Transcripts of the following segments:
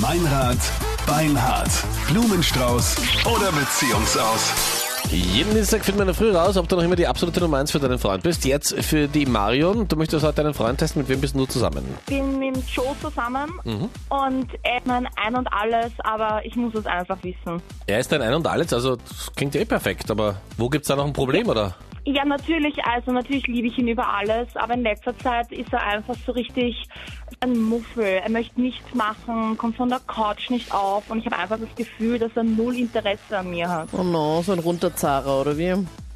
Meinrad, Beinhard, Blumenstrauß oder Beziehungsaus. Jeden Dienstag findet man in der Früh raus, ob du noch immer die absolute Nummer 1 für deinen Freund bist. Jetzt für die Marion. Du möchtest heute deinen Freund testen. Mit wem bist du zusammen? bin mit dem Joe zusammen und er ist mein Ein und Alles, aber ich muss es einfach wissen. Er ist dein Ein und Alles, also das klingt ja eh perfekt. Aber wo gibt's da noch ein Problem, oder? Ja, natürlich, also natürlich liebe ich ihn über alles, aber in letzter Zeit ist er einfach so richtig ein Muffel. Er möchte nichts machen, kommt von der Couch nicht auf und ich habe einfach das Gefühl, dass er null Interesse an mir hat. Oh no, so ein Runterzahrer, oder wie?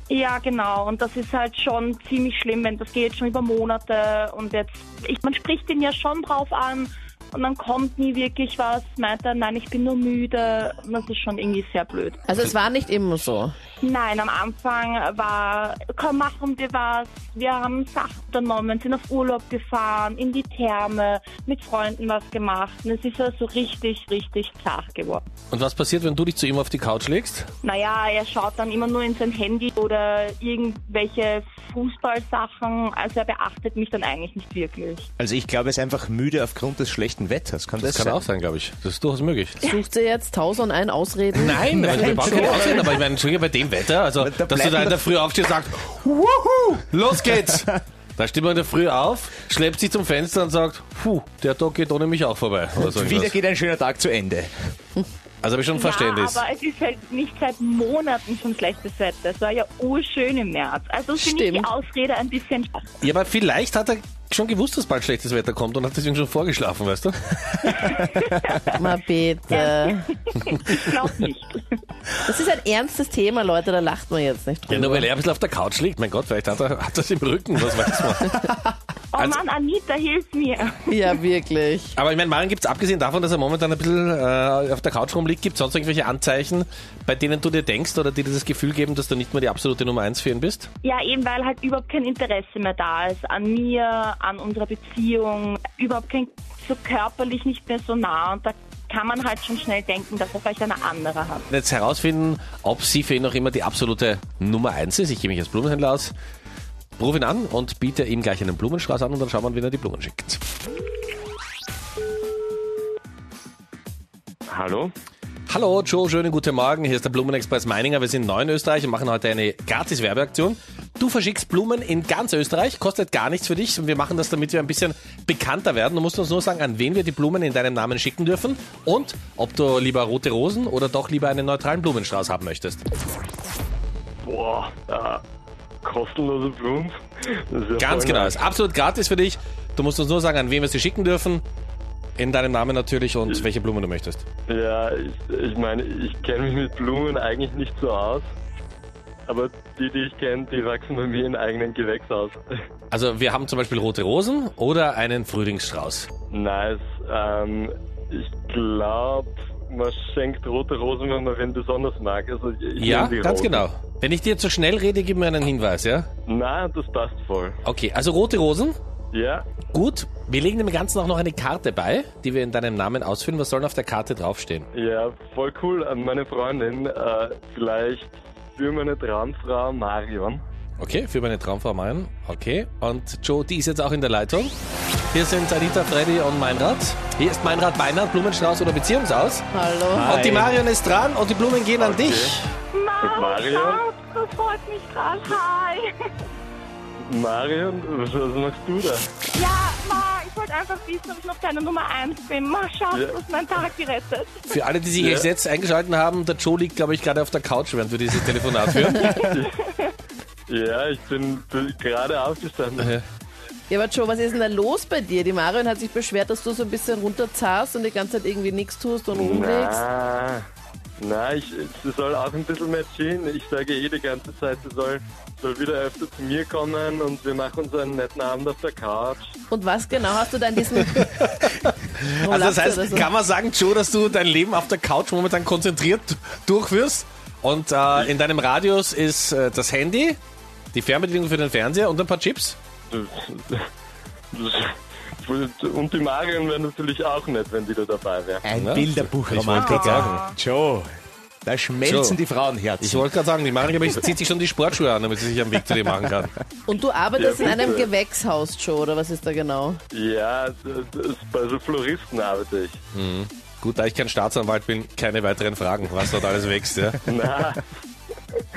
Ja, genau, und das ist halt schon ziemlich schlimm, wenn das geht schon über Monate und jetzt, ich, man spricht ihn ja schon drauf an. Und dann kommt nie wirklich was, meint er, nein, ich bin nur müde. Und das ist schon irgendwie sehr blöd. Also es war nicht immer so. Nein, am Anfang war, komm, machen wir was. Wir haben Sachen unternommen, sind auf Urlaub gefahren, in die Therme, mit Freunden was gemacht. Und es ist ja so richtig, richtig zart geworden. Und was passiert, wenn du dich zu ihm auf die Couch legst? Naja, er schaut dann immer nur in sein Handy oder irgendwelche Fußballsachen. Also er beachtet mich dann eigentlich nicht wirklich. Also ich glaube, er ist einfach müde aufgrund des schlechten Wetters. Kann das, Das kann auch sein, glaube ich. Das ist durchaus möglich. Sucht sie jetzt tausend ein Ausreden? Nein, nein, wir brauchen keine Entschuldigung. Ausreden, aber ich meine, Entschuldigung, bei dem Wetter, also, Da dass du da in bleiben der Früh aufstehst und sagst, Wuhu, los geht's. Da steht man in der Früh auf, schleppt sich zum Fenster und sagt, puh, der Tag geht ohne mich auch vorbei. Oder so Wieder irgendwas. geht ein schöner Tag zu Ende. also habe ich schon Verständnis. Ja, aber es ist halt nicht seit Monaten schon schlechtes Wetter. Es war ja urschön im März. Also finde ich die Stimmt. Ausrede ein bisschen schwach. Ja, aber vielleicht hat er schon gewusst, dass bald schlechtes Wetter kommt und hat deswegen schon vorgeschlafen, weißt du? Mal bitte. Ich glaube nicht. Oh Das ist ein ernstes Thema, Leute, da lacht man jetzt nicht Ja, drüber. nur weil er ein bisschen auf der Couch liegt. Mein Gott, vielleicht hat er hat das im Rücken, was weiß man. Oh Also- Mann, Anita, hilf mir. Ja, wirklich. Aber ich meine, Maren, gibt's abgesehen davon, dass er momentan ein bisschen äh, auf der Couch rumliegt, gibt's sonst irgendwelche Anzeichen, bei denen du dir denkst oder die dir das Gefühl geben, dass du nicht mehr die absolute Nummer eins für ihn bist? Ja, eben weil halt überhaupt kein Interesse mehr da ist an mir, an unserer Beziehung, überhaupt kein, so körperlich nicht mehr so nah und da kann man halt schon schnell denken, dass er vielleicht eine andere hat. jetzt herausfinden, ob sie für ihn noch immer die absolute Nummer 1 ist. Ich gehe mich als Blumenhändler aus, rufe ihn an und biete ihm gleich einen Blumenstrauß an und dann schauen wir, wen er die Blumen schickt. Hallo? Hallo Joe, schönen guten Morgen. Hier ist der Blumenexpress Meininger. Wir sind neu in Österreich und machen heute eine gratis Werbeaktion. Du verschickst Blumen in ganz Österreich, kostet gar nichts für dich. Und wir machen das, damit wir ein bisschen bekannter werden. Du musst uns nur sagen, an wen wir die Blumen in deinem Namen schicken dürfen und ob du lieber rote Rosen oder doch lieber einen neutralen Blumenstrauß haben möchtest. Boah, äh, kostenlose Blumen. Das ist ja Ganz voll genau, nice. ist absolut gratis für dich. Du musst uns nur sagen, an wen wir sie schicken dürfen. In deinem Namen natürlich und welche Blumen du möchtest. Ja, ich, ich meine, ich kenne mich mit Blumen eigentlich nicht so aus. Aber die, die ich kenne, die wachsen bei mir in eigenen Gewächshaus. Also wir haben zum Beispiel rote Rosen oder einen Frühlingsstrauß. nice. Ähm, ich glaube, man schenkt rote Rosen, wenn man wen besonders mag. Also ich, ich Ja, nehm die ganz Rosen. genau. Wenn ich dir zu schnell rede, gib mir einen Hinweis, ja? Na, das passt voll. Okay, also rote Rosen. Ja, Gut, wir legen dem Ganzen auch noch eine Karte bei, die wir in deinem Namen ausfüllen. Was soll denn auf der Karte draufstehen? ja, voll cool. An meine Freundin, äh, vielleicht für meine Traumfrau Marion. Okay, für meine Traumfrau Marion. Okay, und Joe, die ist jetzt auch in der Leitung. Hier sind Anita, Freddy und Meinrad. Hier ist Meinrad, Beinrad, Blumenstrauß oder Beziehungsaus. Hallo. Und die Marion ist dran und die Blumen gehen an Okay. dich. Mann, Mario? Schatz, das freut mich gerade. Hi. Marion, was, was machst du da? Ja, Ma, ich wollte einfach wissen, ob ich noch deine Nummer 1 bin. Ma, Schatz, Ja. du hast meinen Tag gerettet. Für alle, die sich Ja. jetzt jetzt eingeschalten haben, der Joe liegt, glaube ich, gerade auf der Couch, während wir dieses Telefonat führen. Ja, ich bin, bin gerade aufgestanden. Ja, aber Joe, was ist denn da los bei dir? Die Marion hat sich beschwert, dass du so ein bisschen runterzahrst und die ganze Zeit irgendwie nichts tust und rumlegst. Na, na, ich, sie soll auch ein bisschen mehr chillen. Ich sage eh die ganze Zeit, sie soll, soll wieder öfter zu mir kommen und wir machen uns einen netten Abend auf der Couch. Und was genau hast du da in diesem... Warum Also das lachst du da heißt, so? kann man sagen, Joe, dass du dein Leben auf der Couch momentan konzentriert durchführst und äh, in deinem Radius ist äh, das Handy, die Fernbedienung für den Fernseher und ein paar Chips. Und die Marion wäre natürlich auch nett, wenn die da dabei wäre. Ein Ja. Ich wollte gerade Bilderbuchromantiker. Joe, da schmelzen Joe. die Frauenherzen. Ich wollte gerade sagen, die Marion glaub ich, zieht sich schon die Sportschuhe an, damit sie sich am Weg zu dir machen kann. Und du arbeitest Ja, in einem bitte. Gewächshaus, Joe, oder was ist da genau? Ja, das, das, bei so Floristen arbeite ich. Gut, da ich kein Staatsanwalt bin, keine weiteren Fragen, was dort alles wächst. Ja? Na,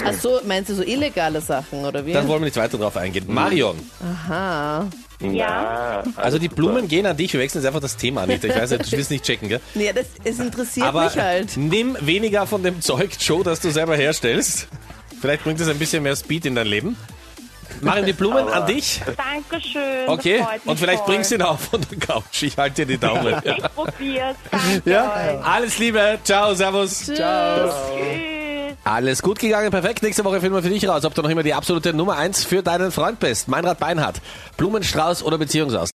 Ach so, meinst du so illegale Sachen oder wie? Da wollen wir nicht weiter drauf eingehen. Marion, Aha. Ja. na, also die Blumen gehen an dich, wir wechseln jetzt einfach das Thema, Anita. Ich weiß nicht, du willst nicht checken, gell? Nee, das, es interessiert Aber mich halt. nimm weniger von dem Zeug, Joe, das du selber herstellst. Vielleicht bringt es ein bisschen mehr Speed in dein Leben. Marion, die Blumen an dich. Dankeschön. Okay, das freut mich und vielleicht voll. bringst du ihn auch von der Couch. Ich halte dir die Daumen. Ja. Ich probier's. Danke euch. Alles Liebe, ciao, servus. Ciao. Tschüss. Alles gut gegangen, perfekt. Nächste Woche finden wir für dich raus, ob du noch immer die absolute Nummer 1 für deinen Freund bist. Meinrad Beinhardt, Blumenstrauß oder Beziehungsaus.